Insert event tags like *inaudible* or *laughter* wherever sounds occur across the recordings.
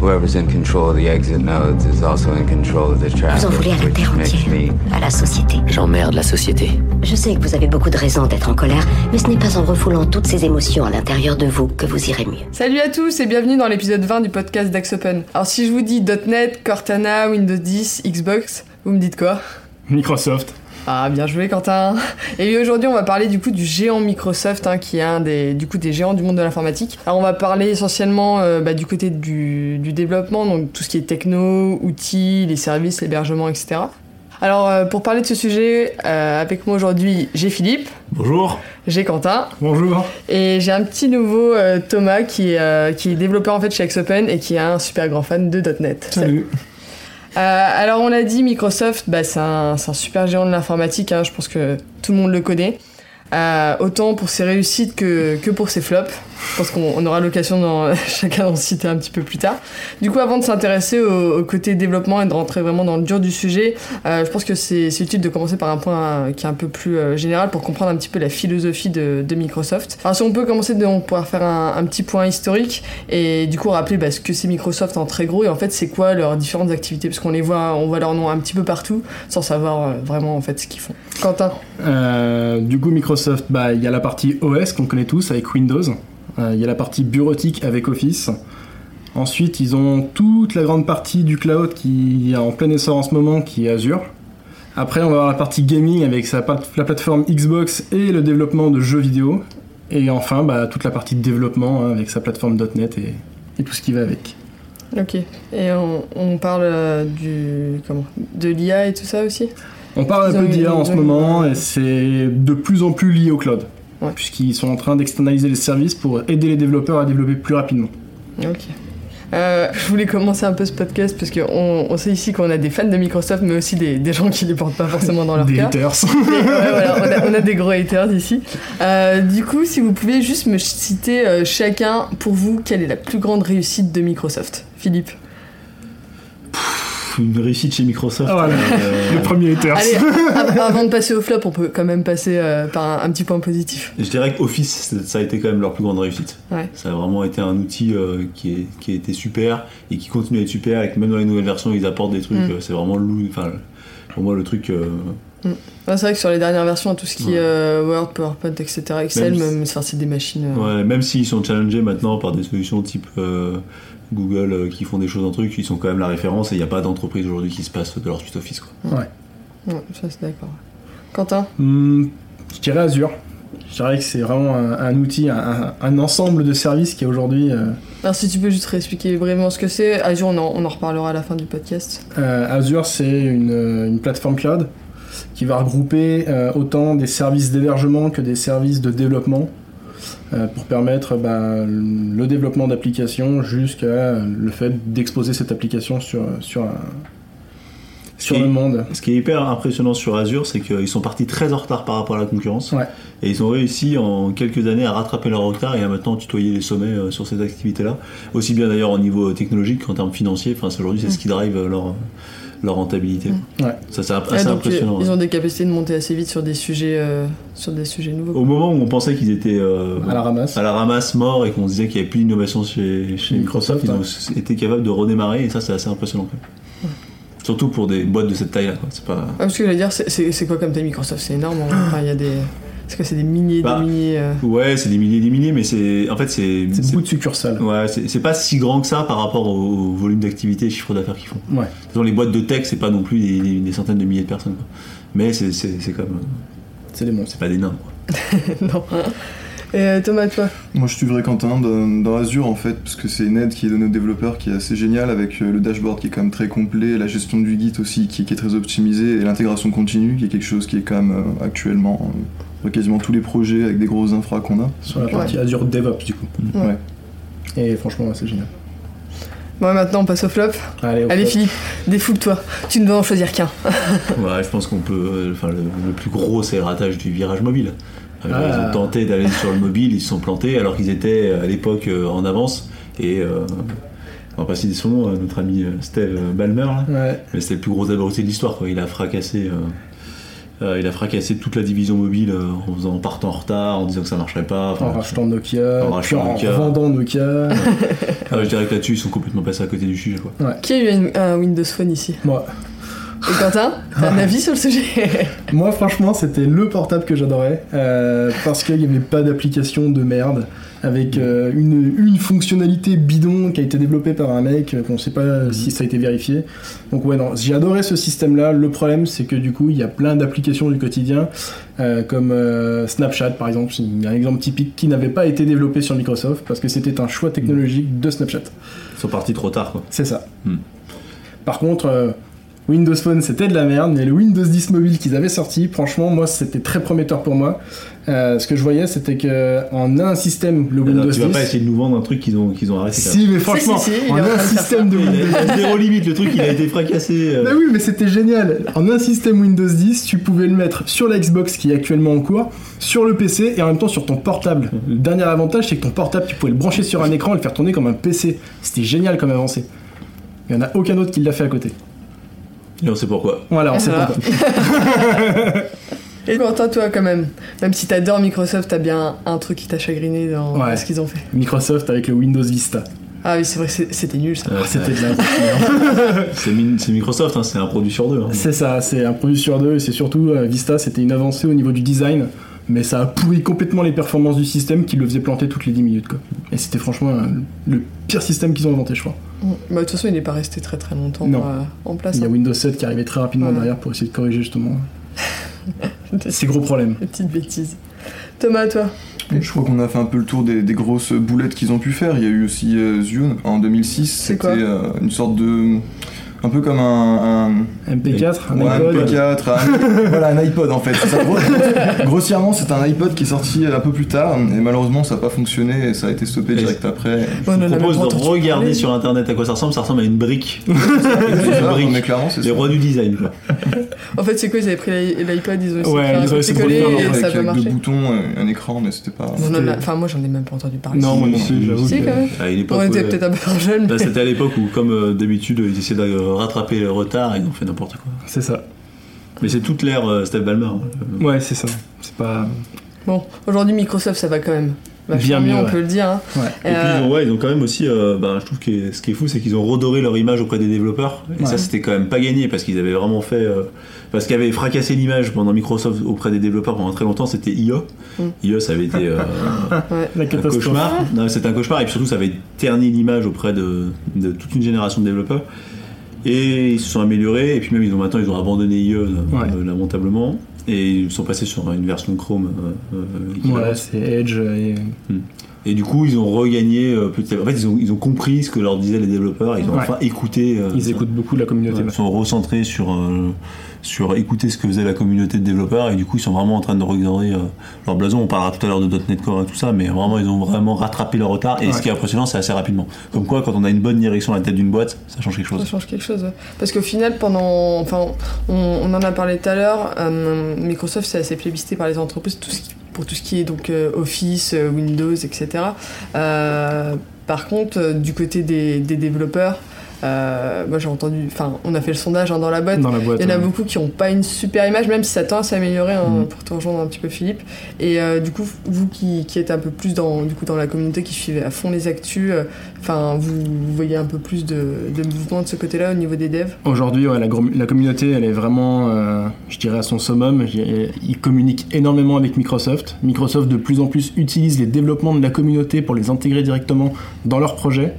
Whoever's in control of the exit nodes is also in control of the Vous traffic, en voulez à la which terre makes entière, me à la société. J'emmerde la société. Je sais que vous avez beaucoup de raisons d'être en colère, mais ce n'est pas en refoulant toutes ces émotions à l'intérieur de vous que vous irez mieux. Salut à tous et bienvenue dans l'épisode 20 du podcast d'Axe Open. Alors si je vous dis .NET, Cortana, Windows 10, Xbox, vous me dites quoi Microsoft. Ah bien joué Quentin Et aujourd'hui on va parler du coup du géant Microsoft hein, qui est un des du coup des géants du monde de l'informatique. Alors on va parler essentiellement euh, bah, du côté du, du développement, donc tout ce qui est techno, outils, les services, l'hébergement, etc. Alors euh, pour parler de ce sujet, euh, avec moi aujourd'hui j'ai Philippe, Bonjour. j'ai Quentin Bonjour. et j'ai un petit nouveau euh, Thomas qui, est, euh, qui est développeur en fait chez Xopen et qui est un super grand fan de .NET. Salut. Euh, alors on l'a dit, Microsoft, bah, c'est un, c'est un super géant de l'informatique, hein, je pense que tout le monde le connaît. Euh, autant pour ses réussites que, que pour ses flops. Je pense qu'on on aura l'occasion dans, chacun d'en *laughs* citer un petit peu plus tard. Du coup, avant de s'intéresser au, au côté développement et de rentrer vraiment dans le dur du sujet, euh, je pense que c'est c'est utile de commencer par un point euh, qui est un peu plus euh, général pour comprendre un petit peu la philosophie de, de Microsoft. Alors si on peut commencer, de, on pourra faire un, un petit point historique et du coup rappeler bah, ce que c'est Microsoft en très gros et en fait c'est quoi leurs différentes activités parce qu'on les voit on voit leur nom un petit peu partout sans savoir euh, vraiment en fait ce qu'ils font Quentin Euh, du coup, Microsoft, bah, il y a la partie OS qu'on connaît tous avec Windows. Euh, Il y a la partie bureautique avec Office. Ensuite, ils ont toute la grande partie du cloud qui est en plein essor en ce moment, qui est Azure. Après, on va avoir la partie gaming avec sa, pat- la plateforme Xbox et le développement de jeux vidéo. Et enfin, bah, toute la partie de développement hein, avec sa plateforme .NET et, et tout ce qui va avec. ok et on, on parle euh, du comment de l'IA et tout ça aussi On parle un peu Ils ont- d'IA en ils ce ont- moment et c'est de plus en plus lié au cloud. Ouais. Puisqu'ils sont en train d'externaliser les services pour aider les développeurs à développer plus rapidement. ok Euh, je voulais commencer un peu ce podcast parce qu'on on sait ici qu'on a des fans de Microsoft mais aussi des, des gens qui les portent pas forcément dans leur des cœur haters. *laughs* Ouais, voilà, on, a, on a des gros haters ici. Euh, du coup, si vous pouvez juste me citer euh, chacun, pour vous, quelle est la plus grande réussite de Microsoft Philippe une réussite chez Microsoft. Ah, voilà. *laughs* Euh, Le premier haters. Allez, av- avant de passer au flop, on peut quand même passer euh, par un, un petit point positif. je dirais que Office, ça- ça a été quand même leur plus grande réussite. Ouais. Ça a vraiment été un outil euh, qui, est, qui a été super et qui continue à être super. Et que même dans les nouvelles versions, ils apportent des trucs. Mm. euh, C'est vraiment le, enfin, pour moi le truc. euh, Ouais, c'est vrai que sur les dernières versions, tout ce qui est Ouais. euh, Word, PowerPoint, etc., Excel, Même si- même, enfin, c'est des machines. euh, ouais, même s'ils sont challengés maintenant par des solutions type euh, Google euh, qui font des choses en truc, ils sont quand même la référence. Et il n'y a pas d'entreprise aujourd'hui qui se passe de leur suite Office. Quoi. ouais, ça, c'est d'accord. Quentin Hmm, je dirais Azure. Je dirais que c'est vraiment un, un outil, un, un ensemble de services qui est aujourd'hui. euh, Alors, si tu peux juste réexpliquer brièvement ce que c'est, Azure, on en, on en reparlera à la fin du podcast. Ah, Euh, Azure, c'est une, euh, une plateforme cloud qui va regrouper euh, autant des services d'hébergement que des services de développement euh, pour permettre bah, le développement d'applications jusqu'à euh, le fait d'exposer cette application sur, sur, un- sur Et- le monde. Ce qui est hyper impressionnant sur Azure, c'est qu'ils sont partis très en retard par rapport à la concurrence. Ouais. Et ils ont réussi en quelques années à rattraper leur retard et à maintenant tutoyer les sommets euh, sur cette activité-là. Aussi bien d'ailleurs au niveau euh, technologique qu'en termes financiers. Enfin, c'est- aujourd'hui, c'est ce qui drive euh, leur, leur rentabilité. Ouais. Ça, c'est assez Ouais, donc, euh, impressionnant. ils ouais. ont des capacités de monter assez vite sur des sujets, euh, sur des sujets nouveaux. Au moment où on pensait qu'ils étaient euh, À la ramasse. à la ramasse mort et qu'on se disait qu'il n'y avait plus d'innovation chez, chez Microsoft, Microsoft, ils ont été capables de redémarrer et ça, c'est assez impressionnant. quand même. Surtout pour des boîtes de cette taille-là. quoi. C'est pas. Ah, parce que j'allais dire, c'est- c'est c'est quoi comme taille Microsoft C'est énorme. hein. Enfin, il y a des. Est-ce que c'est des milliers, Bah. des milliers euh, *laughs* Ouais, c'est des milliers et des milliers, mais c'est. En fait, c'est. C'est c'est- beaucoup de succursales. Ouais, c'est c'est pas si grand que ça par rapport au, au volume d'activité et chiffre d'affaires qu'ils font. Ouais. De toute façon, les boîtes de tech, c'est pas non plus des, des- des centaines de milliers de personnes. quoi. Mais c'est- c'est c'est quand même. C'est des monstres. C'est pas des nains. quoi. Non. Hein? Et euh, Thomas, toi Moi je suivrai Quentin dans, dans Azure en fait, parce que c'est une aide qui est donnée aux développeurs qui est assez géniale avec euh, le dashboard qui est quand même très complet, la gestion du Git aussi qui, qui est très optimisée et l'intégration continue qui est quelque chose qui est quand même euh, actuellement euh, dans quasiment tous les projets avec des grosses infras qu'on a. Sur la partie Azure DevOps, du coup. Mm. Ouais. Ouais. Et franchement, ouais, c'est génial. Bon, maintenant on passe au flop. Allez, au Allez, fait. Philippe, défoule-toi. Tu ne dois en choisir qu'un. Ouais, je pense qu'on peut. euh, Enfin, le, le plus gros, c'est le ratage du virage mobile. Euh, Ah. Ils ont tenté d'aller sur le mobile, ils se sont plantés alors qu'ils étaient à l'époque euh, en avance. Et. euh, on va pas citer son nom, euh, notre ami euh, Steve Balmer, là. Ouais. mais c'était le plus gros abruti de l'histoire. quoi. Il a fracassé. euh, euh, il a fracassé toute la division mobile euh, en, faisant, en partant en retard, en disant que ça marcherait pas. Enfin, Ah, En rachetant Nokia, En puis rachetant en Nokia. vendant *laughs* Nokia. ah, je dirais que là-dessus, ils sont complètement passés à côté du sujet. Quoi. Qui a eu une- un Windows Phone ici Moi. Et Quentin, t'as un avis sur le sujet *laughs* Moi, franchement, c'était le portable que j'adorais euh, parce qu'il n'y avait pas d'application de merde avec euh, une, une fonctionnalité bidon qui a été développée par un mec euh, qu'on ne sait pas si ça a été vérifié. Donc, ouais, non, j'ai adoré ce système-là. Le problème, c'est que du coup, il y a plein d'applications du quotidien euh, comme euh, Snapchat, par exemple. C'est un exemple typique qui n'avait pas été développé sur Microsoft parce que c'était un choix technologique de Snapchat. Ils sont partis trop tard. Quoi. C'est ça. Hmm. Par contre, euh, Windows Phone, c'était de la merde, mais le Windows 10 mobile qu'ils avaient sorti, franchement, moi, c'était très prometteur pour moi. Euh, ce que je voyais, c'était qu'on a un système, le Alors, Windows Eh ben, tu vas 10. pas essayer de nous vendre un truc qu'ils ont, qu'ils ont arrêté. quand même. si, mais franchement, si, si, il on est a en un train de faire système de Windows Il a zéro limite, le truc, il a été fracassé. euh, Bah oui, mais c'était génial. En un système Windows 10, tu pouvais le mettre sur la Xbox qui est actuellement en cours, sur le PC et en même temps sur ton portable. Le dernier avantage, c'est que ton portable, tu pouvais le brancher sur un écran et le faire tourner comme un PC. C'était génial comme avancée. Il n'y en a aucun autre qui l'a fait à côté. Et on sait pourquoi. Voilà, on Et sait voilà. pas. Et Quentin, toi, quand même, même si t'adores Microsoft, t'as bien un truc qui t'a chagriné dans Ouais. ce qu'ils ont fait. Microsoft avec le Windows Vista. Ah, Ah oui, c'est vrai que c'est- c'était nul ça. Euh, C'était de la- *laughs* C'est min- c'est Microsoft, hein, c'est un produit sur deux. hein. C'est ça, c'est un produit sur deux et c'est surtout euh, Vista, c'était une avancée au niveau du design, mais ça a pourri complètement les performances du système qui le faisait planter toutes les 10 minutes quoi. Et c'était franchement euh, le pire système qu'ils ont inventé, je crois. Mm. Bah, de toute façon, il n'est pas resté très très longtemps Non. euh, en place. Il y a hein. Windows 7 qui arrivait très rapidement Ouais. derrière pour essayer de corriger justement *laughs* ces gros problèmes. Des petites bêtises. Thomas, toi Je crois qu'on a fait un peu le tour des, des grosses boulettes qu'ils ont pu faire. Il y a eu aussi euh, Zune en 2006. C'est C'était quoi euh, une sorte de. Un peu comme un. un- MP4, ouais, un un iPod. MP4, un- *laughs* voilà un iPod en fait. C'est ça, gros- grossièrement, c'est un iPod qui est sorti un peu plus tard et malheureusement ça n'a pas fonctionné et ça a été stoppé direct après. On Je en a vous même propose pas de entendu regarder parler. sur internet à quoi ça ressemble. Ça ressemble à *laughs* une brique. C'est une ça, brique. mais clairement, c'est Les ça. rois du design. quoi. En fait, c'est quoi Ils avaient pris l'i- l'iPod, ils ont essayé Ouais, de ils faire ont un essayé de copier-coller refaire un et Avec, ça a pas avec deux marché. boutons, euh, un écran, mais c'était pas. On en a- C'était- Enfin, moi, j'en ai même pas entendu parler. Non, moi non Si, plus, j'avoue. Si, que- quand même. À une époque, On était euh, peut-être un peu jeune, Bah, là, mais C'était à l'époque où, comme euh, d'habitude, ils essayaient de euh, rattraper le retard et ils ont fait n'importe quoi. C'est ça. Mais c'est toute l'ère euh, Steve Ballmer. hein. Ouais, c'est ça. C'est pas bon, aujourd'hui, Microsoft, ça va quand même. Vachement Bien mieux, on ouais. peut le dire. hein. Ouais. Et puis Euh, ils ont, ouais, ils ont quand même aussi, euh, ben, je trouve que ce qui est fou, c'est qu'ils ont redoré leur image auprès des développeurs. Et Ouais. ça, c'était quand même pas gagné parce qu'ils avaient vraiment fait, euh, parce qu'ils avaient fracassé l'image pendant Microsoft auprès des développeurs pendant très longtemps. C'était IO. Mm. IO, ça avait été euh, la un catastrophe. cauchemar. Non, c'était un cauchemar et puis surtout, ça avait terni l'image auprès de, de toute une génération de développeurs. Et ils se sont améliorés. Et puis même, ils ont maintenant, ils ont abandonné IE euh, Ouais. lamentablement. Et ils sont passés sur une version Chrome. euh, euh, équivalente. Ouais, c'est Edge et Et du coup, ils ont regagné euh, petit à petit. En fait, ils ont, ils ont compris ce que leur disaient les développeurs. Ils ont Ouais. enfin écouté. euh, ils ça. écoutent beaucoup la Ouais, communauté. Ils sont recentrés sur, euh, sur écouter ce que faisait la communauté de développeurs. Et du coup, ils sont vraiment en train de regarder euh, leur blason. On parlera tout à l'heure de .NET Core et tout ça. Mais vraiment, ils ont vraiment rattrapé leur retard. Et Ouais. ce qui est impressionnant, c'est assez rapidement. Comme quoi, quand on a une bonne direction à la tête d'une boîte, ça change quelque Ça chose. change quelque chose. ouais. Parce qu'au final, pendant. Enfin, on, on en a parlé tout à l'heure, euh, Microsoft, c'est assez plébiscité par les entreprises tout ce qui- pour tout ce qui est donc euh, Office, euh, Windows, etc. Euh, par contre, euh, du côté des, des développeurs, euh, moi j'ai entendu. Enfin, on a fait le sondage hein, dans la boîte. Dans la boîte. hein. Il y en a ouais. beaucoup qui n'ont pas une super image, même si ça tend à s'améliorer, hein, Mhm. pour te rejoindre un petit peu Philippe. Et euh, du coup, vous qui, qui êtes un peu plus dans, du coup, dans la communauté, qui suivez à fond les actus, euh, enfin, vous, vous voyez un peu plus de, de mouvement de ce côté-là au niveau des devs. Aujourd'hui, ouais, la, gro- la communauté, elle est vraiment, euh, je dirais, à son summum. J'ai- Ils communiquent énormément avec Microsoft. Microsoft, de plus en plus, utilise les développements de la communauté pour les intégrer directement dans leurs projets.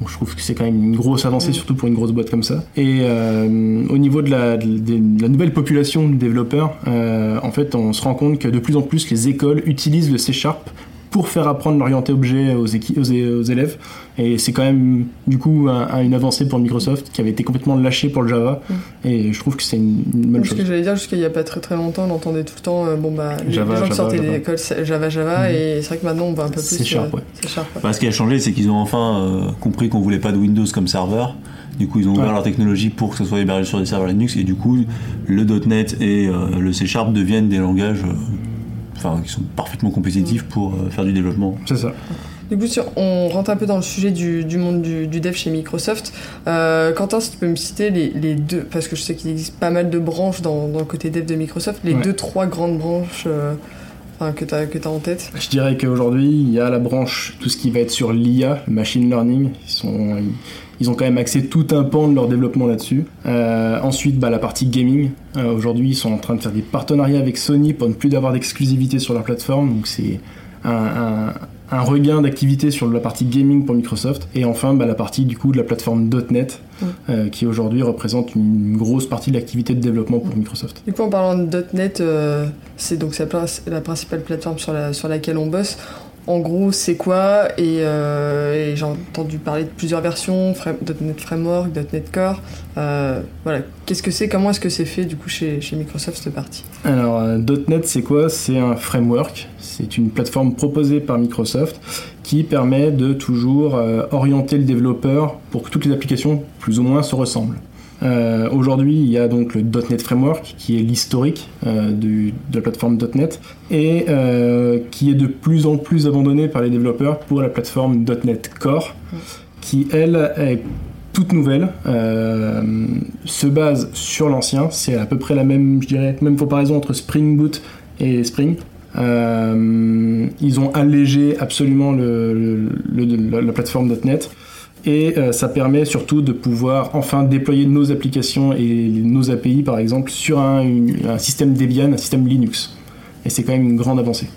Donc, je trouve que c'est quand même une grosse avancée, Mhm. surtout pour une grosse boîte comme ça. Et euh, au niveau de la, de- de la nouvelle population de développeurs, euh, en fait, on se rend compte que de plus en plus, les écoles utilisent le C Sharp pour faire apprendre l'orienté objet aux, équi- aux é- aux élèves. Et c'est quand même, du coup, un- un- une avancée pour Microsoft qui avait été complètement lâchée pour le Java. Et je trouve que c'est une, une bonne Ce chose. que j'allais dire, jusqu'à il n'y a pas très très longtemps, on entendait tout le temps, euh, bon bah, les- les, Java, gens qui Java, sortaient Java. des écoles, c'est Java, Java, Mhm. et c'est vrai que maintenant on va un peu plus. C'est sharp, euh, ouais. C'est sharp, ouais. Bah, ce qui a changé, c'est qu'ils ont enfin euh, compris qu'on voulait pas de Windows comme serveur. Du coup, ils ont ouvert Ouais. leur technologie pour que ça soit hébergé sur des serveurs Linux. Et du coup, le .NET et euh, le C Sharp deviennent des langages euh, enfin, qui sont parfaitement compétitifs pour euh, faire du développement. C'est ça. Du coup, si on rentre un peu dans le sujet du, du monde du, du dev chez Microsoft, euh, Quentin, si tu peux me citer les, les deux, parce que je sais qu'il existe pas mal de branches dans, dans le côté dev de Microsoft, les Ouais. deux, trois grandes branches euh, enfin, que tu as, en tête. Je dirais qu'aujourd'hui, il y a la branche, tout ce qui va être sur l'IA, le machine learning. Ils, sont, ils, ils ont quand même axé tout un pan de leur développement là-dessus. Euh, ensuite, bah, la partie gaming. Euh, Aujourd'hui, ils sont en train de faire des partenariats avec Sony pour ne plus avoir d'exclusivité sur leur plateforme. Donc, c'est un, un- un regain d'activité sur la partie gaming pour Microsoft. Et enfin, bah, la partie du coup de la plateforme .NET, Mm. euh, qui aujourd'hui représente une grosse partie de l'activité de développement pour Microsoft. Du coup, en parlant de .NET, euh, c'est donc sa pla- la principale plateforme sur, la, sur laquelle on bosse. En gros, c'est quoi Et, euh, et j'ai entendu parler de plusieurs versions, fra- .NET Framework, .NET Core. Euh, voilà, qu'est-ce que c'est Comment est-ce que c'est fait du coup chez, chez Microsoft cette partie Alors, euh, .NET, c'est quoi C'est un framework, c'est une plateforme proposée par Microsoft qui permet de toujours euh, orienter le développeur pour que toutes les applications, plus ou moins, se ressemblent. Euh, Aujourd'hui, il y a donc le .NET Framework, qui est l'historique euh, du- de la plateforme .NET, et euh, qui est de plus en plus abandonné par les développeurs pour la plateforme .NET Core, qui, elle, est toute nouvelle, euh, se base sur l'ancien. C'est à peu près la même, je dirais, même comparaison entre Spring Boot et Spring. Euh, ils ont allégé absolument le, le- le- la- la plateforme .NET et euh, ça permet surtout de pouvoir enfin déployer nos applications et nos API par exemple sur un, une- un système Debian, un système Linux. Et c'est quand même une grande avancée.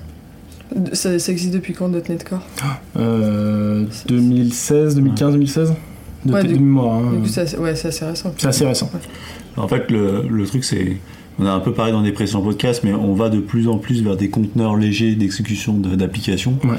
De- ça, ça existe depuis quand .NET Core Euh, 2016, 2015, 2016 de, Ouais, tête du- de mémoire. hein. Du coup, c'est assez- ouais, c'est assez récent. C'est assez récent. En fait, le, le truc, c'est. On a un peu parlé dans des précédents podcasts, mais on va de plus en plus vers des conteneurs légers d'exécution de- d'applications. Ouais.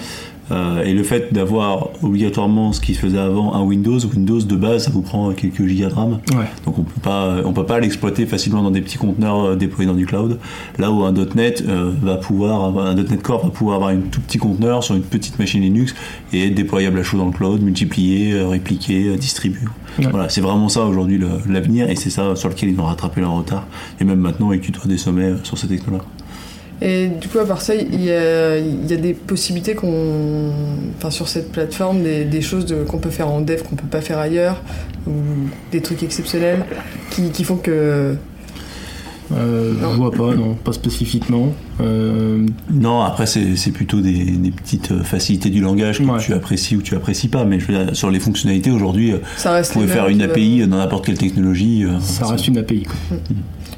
Euh, et le fait d'avoir obligatoirement ce qui se faisait avant un Windows, Windows de base, ça vous prend quelques gigas de RAM. Ouais. Donc on peut pas, on peut pas l'exploiter facilement dans des petits conteneurs euh, déployés dans du cloud. Là où un .NET euh, va pouvoir, avoir- un .NET Core va pouvoir avoir un tout petit conteneur sur une petite machine Linux et être déployable à chaud dans le cloud, multiplié, euh, répliqué, euh, distribué. Ouais. Voilà, c'est vraiment ça aujourd'hui le- l'avenir et c'est ça sur lequel ils vont rattraper leur retard. Et même maintenant, ils tutoient des sommets euh, sur ces technos-là. Et du coup, à part ça, il y a, il y a des possibilités qu'on, enfin, sur cette plateforme, des, des choses de- qu'on peut faire en dev qu'on peut pas faire ailleurs, ou des trucs exceptionnels qui, qui font que. Euh, Non. Je vois pas, non, pas spécifiquement. Euh, Non, après, c'est c'est plutôt des, des petites euh, facilités du langage que Ouais. tu apprécies ou que tu apprécies pas. Mais je veux dire, sur les fonctionnalités aujourd'hui, euh, Ça reste. vous pouvez les mêmes faire une qui- API dans n'importe quelle technologie. euh, ça c'est- reste une API. quoi.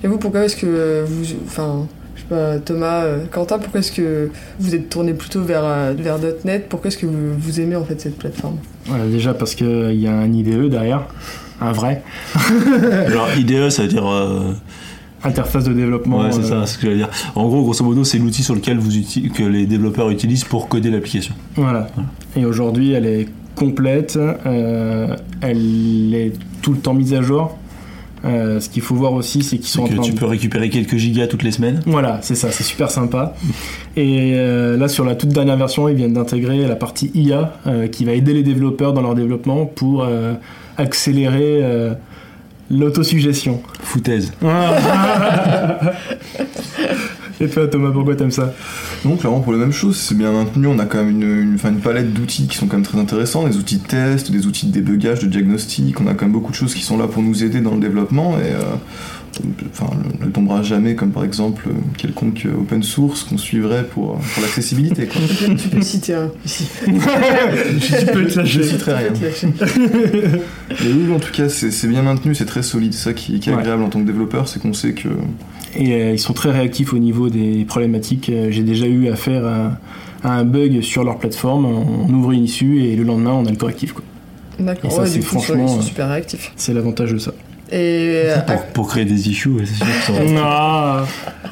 Et vous, pourquoi est-ce que euh, vous, enfin, je sais pas, Thomas, euh, Quentin, pourquoi est-ce que vous êtes tourné plutôt vers euh, vers .NET Pourquoi est-ce que vous, vous aimez en fait cette plateforme Voilà, déjà parce qu'il y a un IDE derrière, un vrai, Alors IDE, ça veut dire. euh, interface de développement. ouais, c'est euh, ça, c'est ce que j'allais dire. En gros, grosso modo, c'est l'outil sur lequel vous uti- que les développeurs utilisent pour coder l'application. Voilà. Et aujourd'hui, elle est complète, euh, elle est tout le temps mise à jour. Euh, ce qu'il faut voir aussi, c'est qu'ils sont C'est que en train tu de- peux récupérer quelques gigas toutes les semaines. Voilà, c'est ça, c'est super sympa. Et euh, là, sur la toute dernière version, ils viennent d'intégrer la partie IA euh, qui va aider les développeurs dans leur développement pour euh, accélérer euh, l'autosuggestion. Foutaise. *laughs* Et toi, Thomas, pourquoi t'aimes ça Non, clairement pour la même chose, c'est bien maintenu, on a quand même une, une- enfin, une palette d'outils qui sont quand même très intéressants, des outils de test, des outils de débugage, de diagnostic, on a quand même beaucoup de choses qui sont là pour nous aider dans le développement et euh, enfin, on ne tombera jamais comme par exemple euh, quelconque euh, open source qu'on suivrait pour, euh, pour l'accessibilité. quoi. Tu peux citer hein. un ici. Tu *laughs* peux te Je lâcher. citerai rien. Mais oui, en tout cas, c'est c'est bien maintenu, c'est très solide. C'est ça qui, qui est Ouais. agréable en tant que développeur, c'est qu'on sait que. Et euh, ils sont très réactifs au niveau des problématiques. Euh, J'ai déjà eu affaire à, à un bug sur leur plateforme. On ouvre une issue et le lendemain, on a le correctif. quoi. Et D'accord. ça, Ouais, c'est du coup, ils sont- franchement, ils sont euh, super réactifs. C'est l'avantage de ça. Et euh, à Pour, pour créer des issues, ouais, c'est sûr que ça va. Ah,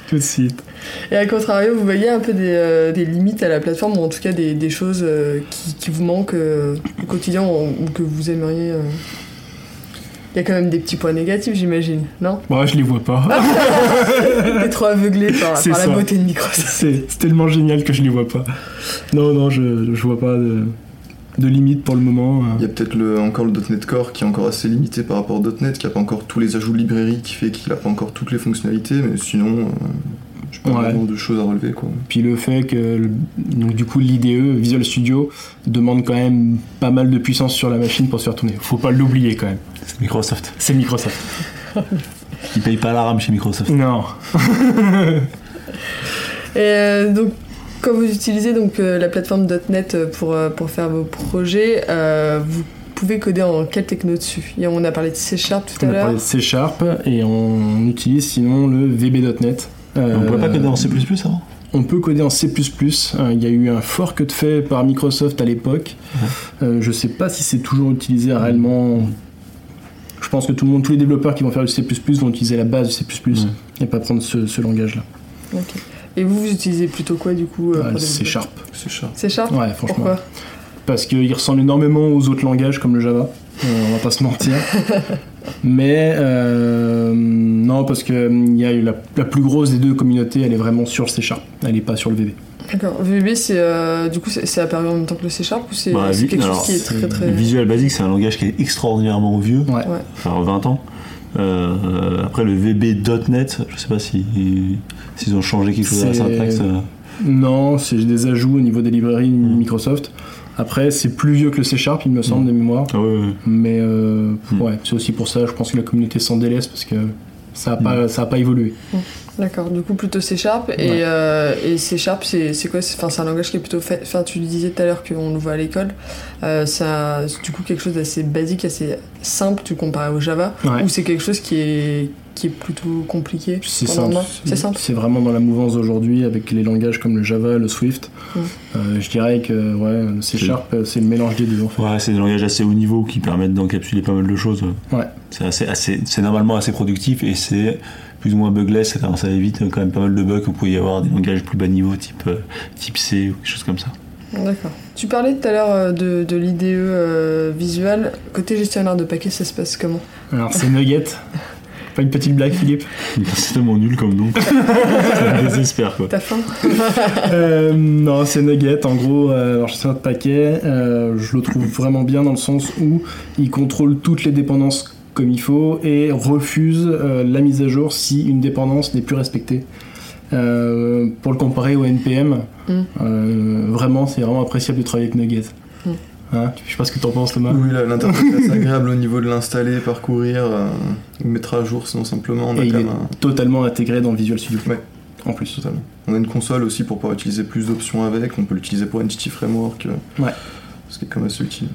tout de suite. Et à contrario, vous voyez un peu des, euh, des limites à la plateforme, ou en tout cas des, des choses euh, qui, qui vous manquent euh, au quotidien ou ou que vous aimeriez. euh. Il y a quand même des petits points négatifs, j'imagine, *laughs* non Moi, je les vois pas. T'es trop aveuglé par, C'est par la ça. beauté de Microsoft. *laughs* C'est c'est tellement génial que je les vois pas. Non, non, je, je vois pas de, de limite pour le moment. hein. Il y a peut-être le, encore le .NET Core qui est encore assez limité par rapport au .NET, qui n'a pas encore tous les ajouts de librairie, qui fait qu'il n'a pas encore toutes les fonctionnalités, mais sinon, euh, je sais pas, Ouais. vraiment de choses à relever quoi. Puis le fait que le- donc du coup l'IDE Visual Studio demande quand même pas mal de puissance sur la machine pour se faire tourner. Faut pas l'oublier quand même. C'est Microsoft. C'est Microsoft. Ils payent pas la RAM chez Microsoft. Non. Et euh, donc, quand vous utilisez donc, euh, la plateforme .NET euh, pour, euh, pour faire vos projets, euh, vous pouvez coder en quelle techno dessus Et On a parlé de C Sharp tout On à a l'heure. parlé de C Sharp et on utilise sinon le VB.NET. Mais On Euh, pouvait pas coder en C++ avant On peut coder en C++. Euh, Il y a eu un fork de fait par Microsoft à l'époque. Euh, je sais pas si c'est toujours utilisé réellement. Je pense que tout le monde, tous les développeurs qui vont faire du C++ vont utiliser la base du C++ et pas prendre ce, ce langage-là. Ok. Et vous, vous utilisez plutôt quoi du coup euh, Ah, pour le les- C Sharp. C'est cher. C Sharp Ouais, franchement. Pourquoi Parce qu'il ressemble énormément aux autres langages comme le Java. Euh, on va pas se mentir. Mais euh, non, parce que hum, il y a eu la, la plus grosse des deux communautés, elle est vraiment sur le C Sharp. Elle est pas sur le VB. D'accord. VB, c'est euh, du coup, c'est c'est apparu en même temps que le C Sharp ou c'est Bah, c'est vi- quelque alors, chose qui est très très. Visual Basic, c'est un langage qui est extraordinairement vieux. Ouais. Ouais. enfin 20 ans. Euh, euh, après le VB.net, je sais pas si s'ils ont changé quelque chose à la C'est- syntaxe. euh, Non, c'est des ajouts au niveau des librairies Microsoft. Après, c'est plus vieux que le C Sharp, il me semble, de mémoire. Ah ouais, ouais, ouais. Mais euh, Mm. ouais, c'est aussi pour ça, je pense que la communauté s'en délaisse parce que ça n'a pas, ça a pas évolué. D'accord. Du coup, plutôt C Sharp. Et, Ouais. euh, et C Sharp, c'est c'est quoi C'est enfin, c'est un langage qui est plutôt fait. Enfin, tu disais tout à l'heure qu'on le voit à l'école. Euh, c'est un- c'est du coup quelque chose d'assez basique, assez simple, tu le comparais au Java. Ouais. Ou c'est quelque chose qui est, qui est plutôt compliqué C'est pour normal simple. C'est simple. C'est vraiment dans la mouvance aujourd'hui avec les langages comme le Java, le Swift. Mm. Euh, je dirais que ouais, le C C'est- Sharp, euh, c'est le mélange des deux en fait. Ouais, c'est des langages assez haut niveau qui permettent d'encapsuler pas mal de choses. Ouais. C'est assez, assez- c'est normalement assez productif et c'est plus ou moins bugless, c'est-à-dire ça évite quand même pas mal de bugs. Vous pouvez y avoir des langages plus bas niveau, type, euh, type C ou quelque chose comme ça. *laughs* D'accord. Tu parlais tout à l'heure euh, de, de l'IDE euh, visuel. Côté gestionnaire de paquets, ça se passe comment Alors c'est Nugget. *laughs* pas une petite blague, Philippe. C'est tellement nul comme nom. *laughs* ça me désespère quoi. T'as faim Euh, non, c'est Nugget. En gros, euh, alors je sais pas de paquet. euh, je le trouve vraiment bien dans le sens où il contrôle toutes les dépendances comme il faut et refuse euh, la mise à jour si une dépendance n'est plus respectée. Euh, pour le comparer au NPM, Mm. euh, vraiment, c'est vraiment appréciable de travailler avec Nugget. Mm. Hein je sais pas ce que t'en penses, Thomas. Oui, là, *laughs* l'interface est agréable au niveau de l'installer, parcourir, euh, ou mettre à jour sinon simplement. On a Et il quand est même un- totalement intégré dans Visual Studio. Ouais. En plus. totalement. On a une console aussi pour pouvoir utiliser plus d'options avec. On peut l'utiliser pour Entity Framework. euh, Ouais. Ce qui est quand même assez utile.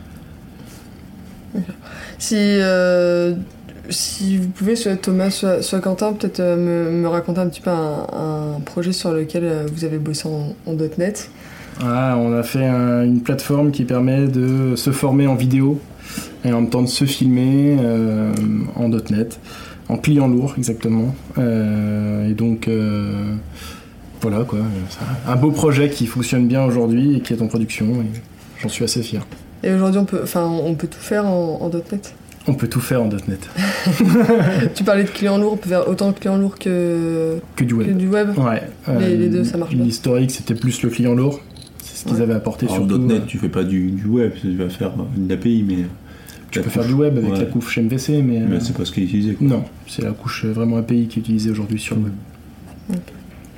Si, euh, si vous pouvez, soit Thomas, soit, soit Quentin, peut-être euh, me, me raconter un petit peu un, un projet sur lequel euh, vous avez bossé en, en .NET. Ah, on a fait un- une plateforme qui permet de se former en vidéo et en même temps de se filmer euh, en .NET, en client lourd exactement. Euh, et donc euh, voilà quoi, ça- un beau projet qui fonctionne bien aujourd'hui et qui est en production. et J'en suis assez fier. Et aujourd'hui, on peut, enfin, on peut tout faire en, en .NET. On peut tout faire en .NET, tu parlais de client lourd, on peut faire autant de client lourd que, que du que web. du web. Ouais. euh, Les- les deux, ça marche bien. L'historique c'était plus le client lourd, c'est ce qu'ils Ouais. avaient apporté Alors, surtout. euh, .NET, tu fais pas du, du web, tu vas faire une API, mais. Tu peux faire du web avec Ouais. la couche MVC, mais, euh, Mais c'est pas ce qui est utilisé. quoi. non, c'est la couche euh, vraiment API qui est utilisée aujourd'hui sur le web.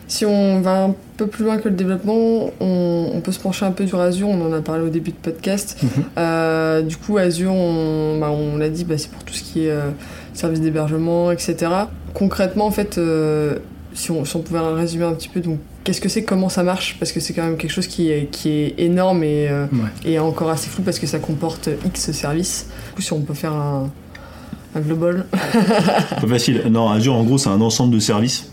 Si on va un peu plus loin que le développement, on, on peut se pencher un peu sur Azure, on en a parlé au début de podcast. Mhm. Euh, du coup, Azure, on, bah, on l'a dit, bah, c'est pour tout ce qui est euh, service d'hébergement, etc. Concrètement, en fait, euh, si, on, si on pouvait résumer un petit peu, donc qu'est-ce que c'est, comment ça marche Parce que c'est quand même quelque chose qui est, qui est énorme et, euh, Ouais. et encore assez flou parce que ça comporte X services. Du coup, si on peut faire un, un global. Pas facile. Non, Azure, en gros, c'est un ensemble de services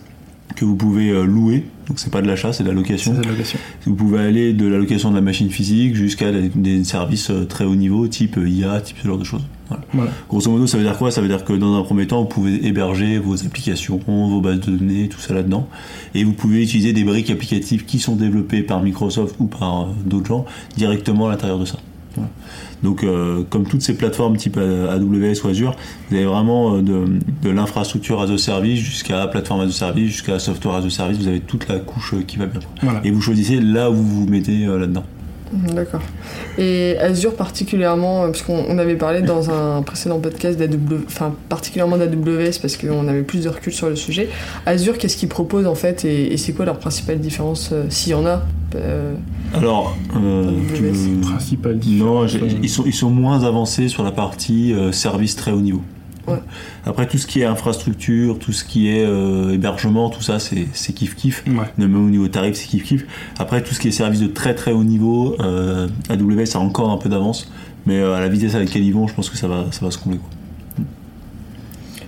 que vous pouvez euh, louer. Donc, c'est pas de l'achat, c'est de la location. C'est la location. Vous pouvez aller de la location de la machine physique jusqu'à des- des services euh, très haut niveau, type euh, IA, type ce genre de choses. Voilà. Voilà. Grosso modo, ça veut dire quoi Ça veut dire que dans un premier temps, vous pouvez héberger vos applications, vos bases de données, tout ça là-dedans. Et vous pouvez utiliser des briques applicatives qui sont développées par Microsoft ou par euh, d'autres gens directement à l'intérieur de ça. Voilà. Donc, euh, comme toutes ces plateformes type euh, AWS ou Azure, vous avez vraiment euh, de, de l'infrastructure as a service jusqu'à plateforme as a service, jusqu'à software as a service, vous avez toute la couche euh, qui va bien. Voilà. Et vous choisissez là où vous vous mettez euh, là-dedans. Mhm, D'accord. Et Azure particulièrement, euh, puisqu'on on avait parlé dans un précédent podcast d'AWS, enfin particulièrement d'AWS parce qu'on avait plus de recul sur le sujet. Azure, qu'est-ce qu'ils proposent en fait et, et c'est quoi leur principale différence, euh, s'il y en a euh, Alors, euh, tu AWS. veux- Principal Non, différence. j'ai- ils sont, ils sont moins avancés sur la partie euh, service très haut niveau. Ouais. Après, tout ce qui est infrastructure, tout ce qui est euh, hébergement, tout ça, c'est c'est kiff-kiff. Ouais. Même au niveau tarif, c'est kiff-kiff. Après, tout ce qui est service de très très haut niveau, euh, AWS a encore un peu d'avance. Mais euh, à la vitesse à laquelle ils vont, je pense que ça va, ça va se combler. quoi.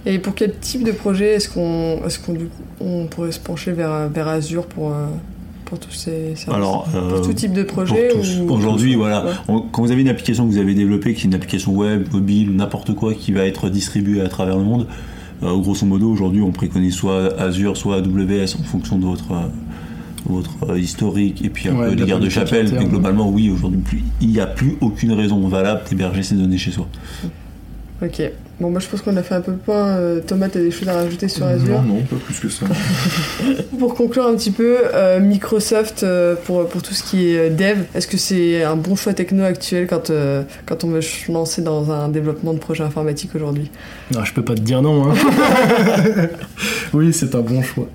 Et pour quel type de projet est-ce qu'on est-ce qu'on du coup, on pourrait se pencher vers, vers Azure pour, euh, pour tous ces services Alors, euh, Pour tout type de pour projet tous. ou- Aujourd'hui, Ouais. voilà. On- quand vous avez une application que vous avez développée, qui est une application web, mobile, n'importe quoi, qui va être distribuée à travers le monde, euh, grosso modo, aujourd'hui, on préconise soit Azure, soit AWS en fonction de votre, euh, votre euh, historique et puis un Ouais, peu de les la guerres de politique chapelle. Mais interne. globalement, oui, aujourd'hui, plus- il n'y a plus aucune raison valable d'héberger ces données chez soi. Ok. Bon, moi je pense qu'on a fait un peu le point. Euh, Thomas, t'as des choses à rajouter sur Azure Non, non, pas plus que ça. Pour conclure un petit peu, euh, Microsoft euh, pour, pour tout ce qui est euh, dev, est-ce que c'est un bon choix techno actuel quand, euh, quand on veut se lancer dans un développement de projet informatique aujourd'hui Non, je peux pas te dire non. *laughs* hein. oui, c'est un bon choix.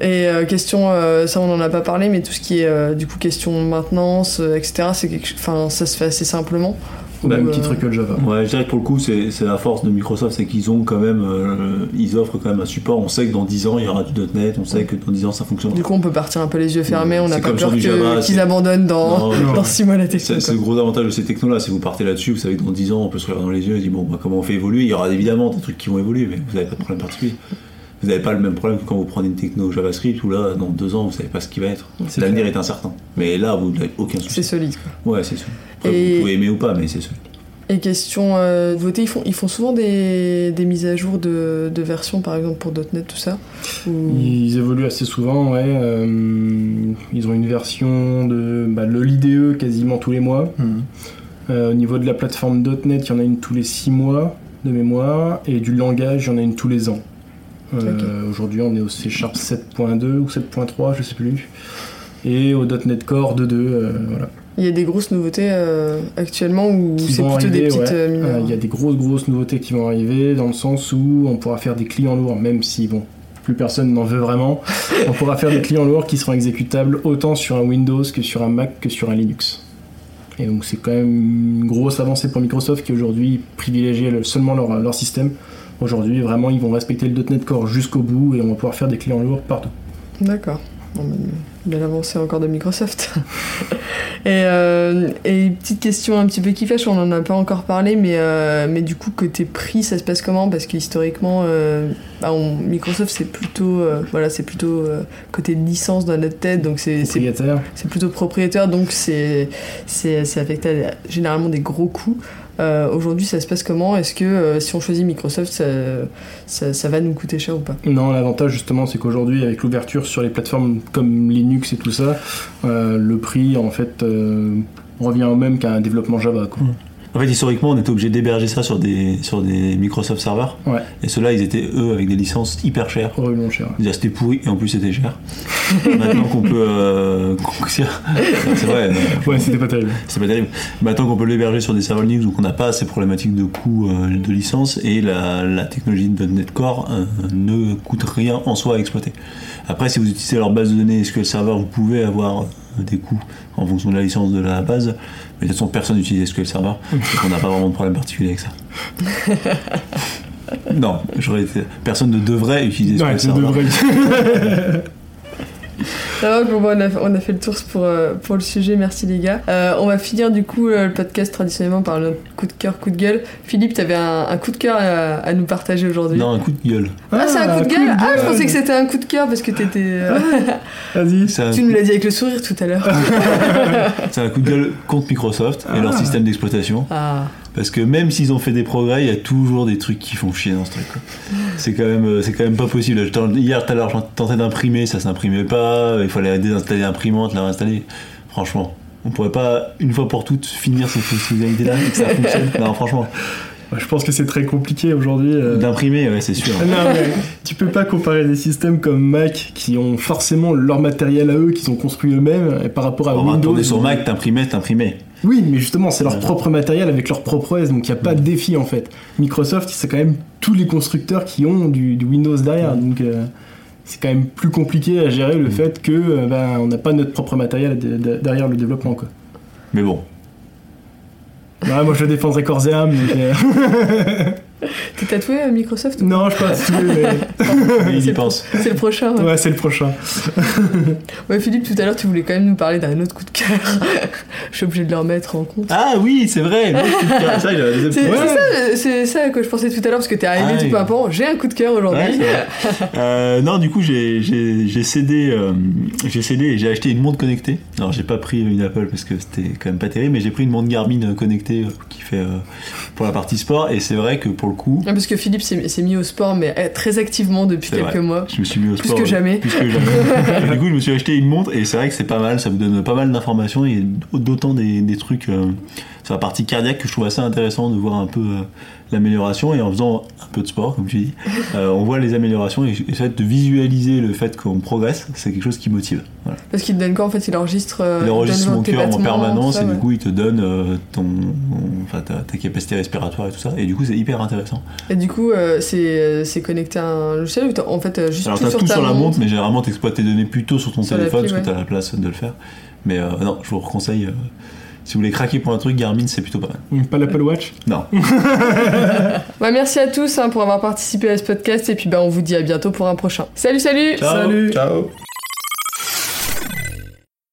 Et euh, question, euh, ça on en a pas parlé, mais tout ce qui est euh, du coup question de maintenance, euh, etc., c'est quelque chose- enfin ça se fait assez simplement. Bah, Ou, même euh, titre que le Java. Ouais, je dirais que pour le coup, c'est c'est la force de Microsoft, c'est qu'ils ont quand même, euh, ils offrent quand même un support. On sait que dans 10 ans, il y aura du .NET, on sait que dans 10 ans, ça fonctionnera. Du coup, on peut partir un peu les yeux fermés, on n'a C'est pas comme peur sur du que- Java, qu'ils c'est- abandonnent *laughs* dans, Non, dans six mois la C'est technique. c'est le gros avantage de ces technos-là. Si vous partez là-dessus, vous savez que dans 10 ans, on peut se regarder dans les yeux et dire bon, bah, comment on fait évoluer Il y aura évidemment des trucs qui vont évoluer, mais vous n'avez pas de problème particulier. Vous n'avez pas le même problème que quand vous prenez une techno JavaScript où là, dans deux ans, vous savez pas ce qui va être. C'est L'avenir est incertain. Mais là, vous n'avez aucun C'est souci. solide. quoi. Ouais, c'est sûr. Après, Et- Vous pouvez aimer ou pas, mais c'est sûr. Et question euh, de voter, ils font, ils font souvent des, des mises à jour de, de versions, par exemple pour .NET, tout ça ou- Ils évoluent assez souvent, ouais. euh, ils ont une version de, bah, de l'IDE quasiment tous les mois. 嗯 Euh, au niveau de la plateforme .NET, il y en a une tous les 6 mois de mémoire, et du langage, il y en a une tous les ans. Euh, Aujourd'hui, on est au C Sharp 7.2 ou 7.3, je sais plus. Et au .NET Core 2.2, euh, voilà. Il y a des grosses nouveautés euh, actuellement ou Qui c'est plutôt vont des arriver, petites ouais. euh, mineures Euh, Il y a des grosses, grosses nouveautés qui vont arriver, dans le sens où on pourra faire des clients lourds, même si, bon, plus personne n'en *laughs* veut vraiment. on pourra faire des clients lourds qui seront exécutables autant sur un Windows que sur un Mac que sur un Linux. Et donc, c'est quand même une grosse avancée pour Microsoft qui aujourd'hui privilégie le- seulement leur, leur système. Aujourd'hui, vraiment, ils vont respecter le .NET Core jusqu'au bout et on va pouvoir faire des clients lourds partout. D'accord. Bon, ben, belle avancée encore de Microsoft. *laughs* et, euh, et petite question un petit peu qui fâche, on en a pas encore parlé, mais, euh, mais du coup, côté prix, ça se passe comment Parce que historiquement, euh, bah, on- Microsoft, c'est plutôt, euh, voilà, c'est plutôt euh, côté licence dans notre tête, donc c'est c'est Propriétaire. C'est plutôt propriétaire, donc c'est c'est- c'est affecté à généralement des gros coûts. Euh, Aujourd'hui, ça se passe comment Est-ce que euh, si on choisit Microsoft, ça, ça, ça va nous coûter cher ou pas Non, l'avantage justement, c'est qu'aujourd'hui, avec l'ouverture sur les plateformes comme Linux et tout ça, euh, le prix en fait euh, revient au même qu'à un développement Java. Quoi. En fait, historiquement, on était obligé d'héberger ça sur des, sur des Microsoft serveurs. Ouais, Et ceux-là, ils étaient, eux, avec des licences hyper chères. horriblement cher. Déjà, c'était pourri et en plus c'était *laughs* cher. Maintenant qu'on peut. euh, qu'on- *laughs* c'est vrai, non, Ouais, c'était pas terrible. c'est pas terrible. Maintenant qu'on peut l'héberger sur des serveurs Linux, donc on n'a pas ces problématiques de coût euh, de licence et la, la technologie de .NET Core euh, ne coûte rien en soi à exploiter. Après, si vous utilisez leur base de données SQL Server, vous pouvez avoir euh, des coûts en fonction de la licence de la base, mais de toute façon, personne n'utilise SQL Server, donc on n'a pas vraiment de problème particulier avec ça. Non, j'aurais été- personne ne devrait utiliser SQL Ouais, c'est Server. de vrai. *laughs* Ça va, bon, bon, on, a, on a fait le tour pour, euh, pour le sujet, merci les gars. Euh, on va finir du coup euh, le podcast traditionnellement par notre coup de cœur, coup de gueule. Philippe, t'avais un, un coup de cœur à, à nous partager aujourd'hui. Non, un coup de gueule. Ah, c'est un coup de gueule Ah, je pensais que c'est. c'était un coup de cœur parce que t'étais. euh, Vas-y. C'est un, tu nous l'as dit avec le sourire tout à l'heure. c'est un coup de gueule contre Microsoft et leur système d'exploitation. Ah. Parce que même s'ils ont fait des progrès, il y a toujours des trucs qui font chier dans ce truc. quoi. C'est quand même, euh, c'est quand même pas possible. Je t'en- Hier, tout à l'heure, j'en tentais d'imprimer, ça s'imprimait pas. Il fallait désinstaller l'imprimante, la réinstaller. *laughs* Franchement, on pourrait pas une fois pour toutes finir ces fonctionnalités-là et que ça fonctionne. Non, franchement, Je pense que c'est très compliqué aujourd'hui. euh, D'imprimer, ouais, c'est sûr. Non, mais tu peux pas comparer des systèmes comme Mac qui ont forcément leur matériel à eux, qu'ils ont construit eux-mêmes, et par Ah, rapport à On va Windows. tourner Oh, bah, sur Mac, t'imprimais, t'imprimais. Oui, mais justement, c'est leur Ouais. propre matériel avec leur propre OS, donc il n'y a pas de défi en fait. Microsoft, c'est quand même tous les constructeurs qui ont du, du Windows derrière, donc euh, c'est quand même plus compliqué à gérer le fait que euh, ben, on n'a pas notre propre matériel de- de- derrière le développement. Quoi. Mais bon, *laughs* Ouais, moi je défendrais corps et âme, mais, euh, *laughs* T'es tatoué à Microsoft ou- non, je pense que mais il y C'est- pense. C'est le prochain. Ouais. mais... ouais, c'est le prochain. Ouais, Philippe, tout à l'heure, tu voulais quand même nous parler d'un autre coup de cœur. *laughs* Je suis obligée de le remettre en compte. Ah oui, c'est *laughs* vrai. l'autre coup de cœur. Ça, j'avais des- C'est Ouais. c'est ça, euh, c'est ça que je pensais tout à l'heure parce que t'es arrivé Ah, tout oui. pimpant. J'ai un coup de cœur Ouais, aujourd'hui. c'est vrai. Euh, non, du coup, j'ai j'ai- j'ai cédé, euh, j'ai cédé et j'ai acheté une montre connectée. Alors, j'ai pas pris une Apple parce que c'était quand même pas terrible, mais j'ai pris une montre Garmin connectée euh, qui fait euh, pour la partie sport. Et c'est vrai que pour le coup, Ah, parce que Philippe s'est s'est mis au sport, mais eh, très activement depuis C'est quelques vrai. mois. je me suis mis au Plus sport que euh, jamais. plus que jamais. Et du coup, je me suis acheté une montre et c'est vrai que c'est pas mal. Ça vous donne pas mal d'informations et d'autant des, des trucs euh, sur la partie cardiaque que je trouve assez intéressant de voir un peu euh, l'amélioration et en faisant un peu de sport, comme tu dis, euh, on voit les améliorations et, et le fait de visualiser le fait qu'on progresse, c'est quelque chose qui motive. Voilà. Parce qu'il te donne quoi en fait Il enregistre. euh, Il te enregistre donne mon tes cœur en battements, permanence tout ça, et ouais. du coup il te donne euh, ton, enfin, ta, ta capacité respiratoire et tout ça et du coup c'est hyper intéressant. Et du coup, euh, c'est euh, c'est connecté à un logiciel ou t'as- en fait euh, juste Alors tout t'as sur tout ta sur la montre, mais généralement t'exploites tes données plutôt sur ton Sur téléphone l'appli, parce que ouais. t'as la place de le faire. Mais euh, non, je vous conseille. euh, si vous voulez craquer pour un truc, Garmin c'est plutôt pas mal. Pas l'Apple Watch *laughs* Non. Bah, merci à tous hein, pour avoir participé à ce podcast et puis bah, on vous dit à bientôt pour un prochain. Salut, salut Ciao. Salut Ciao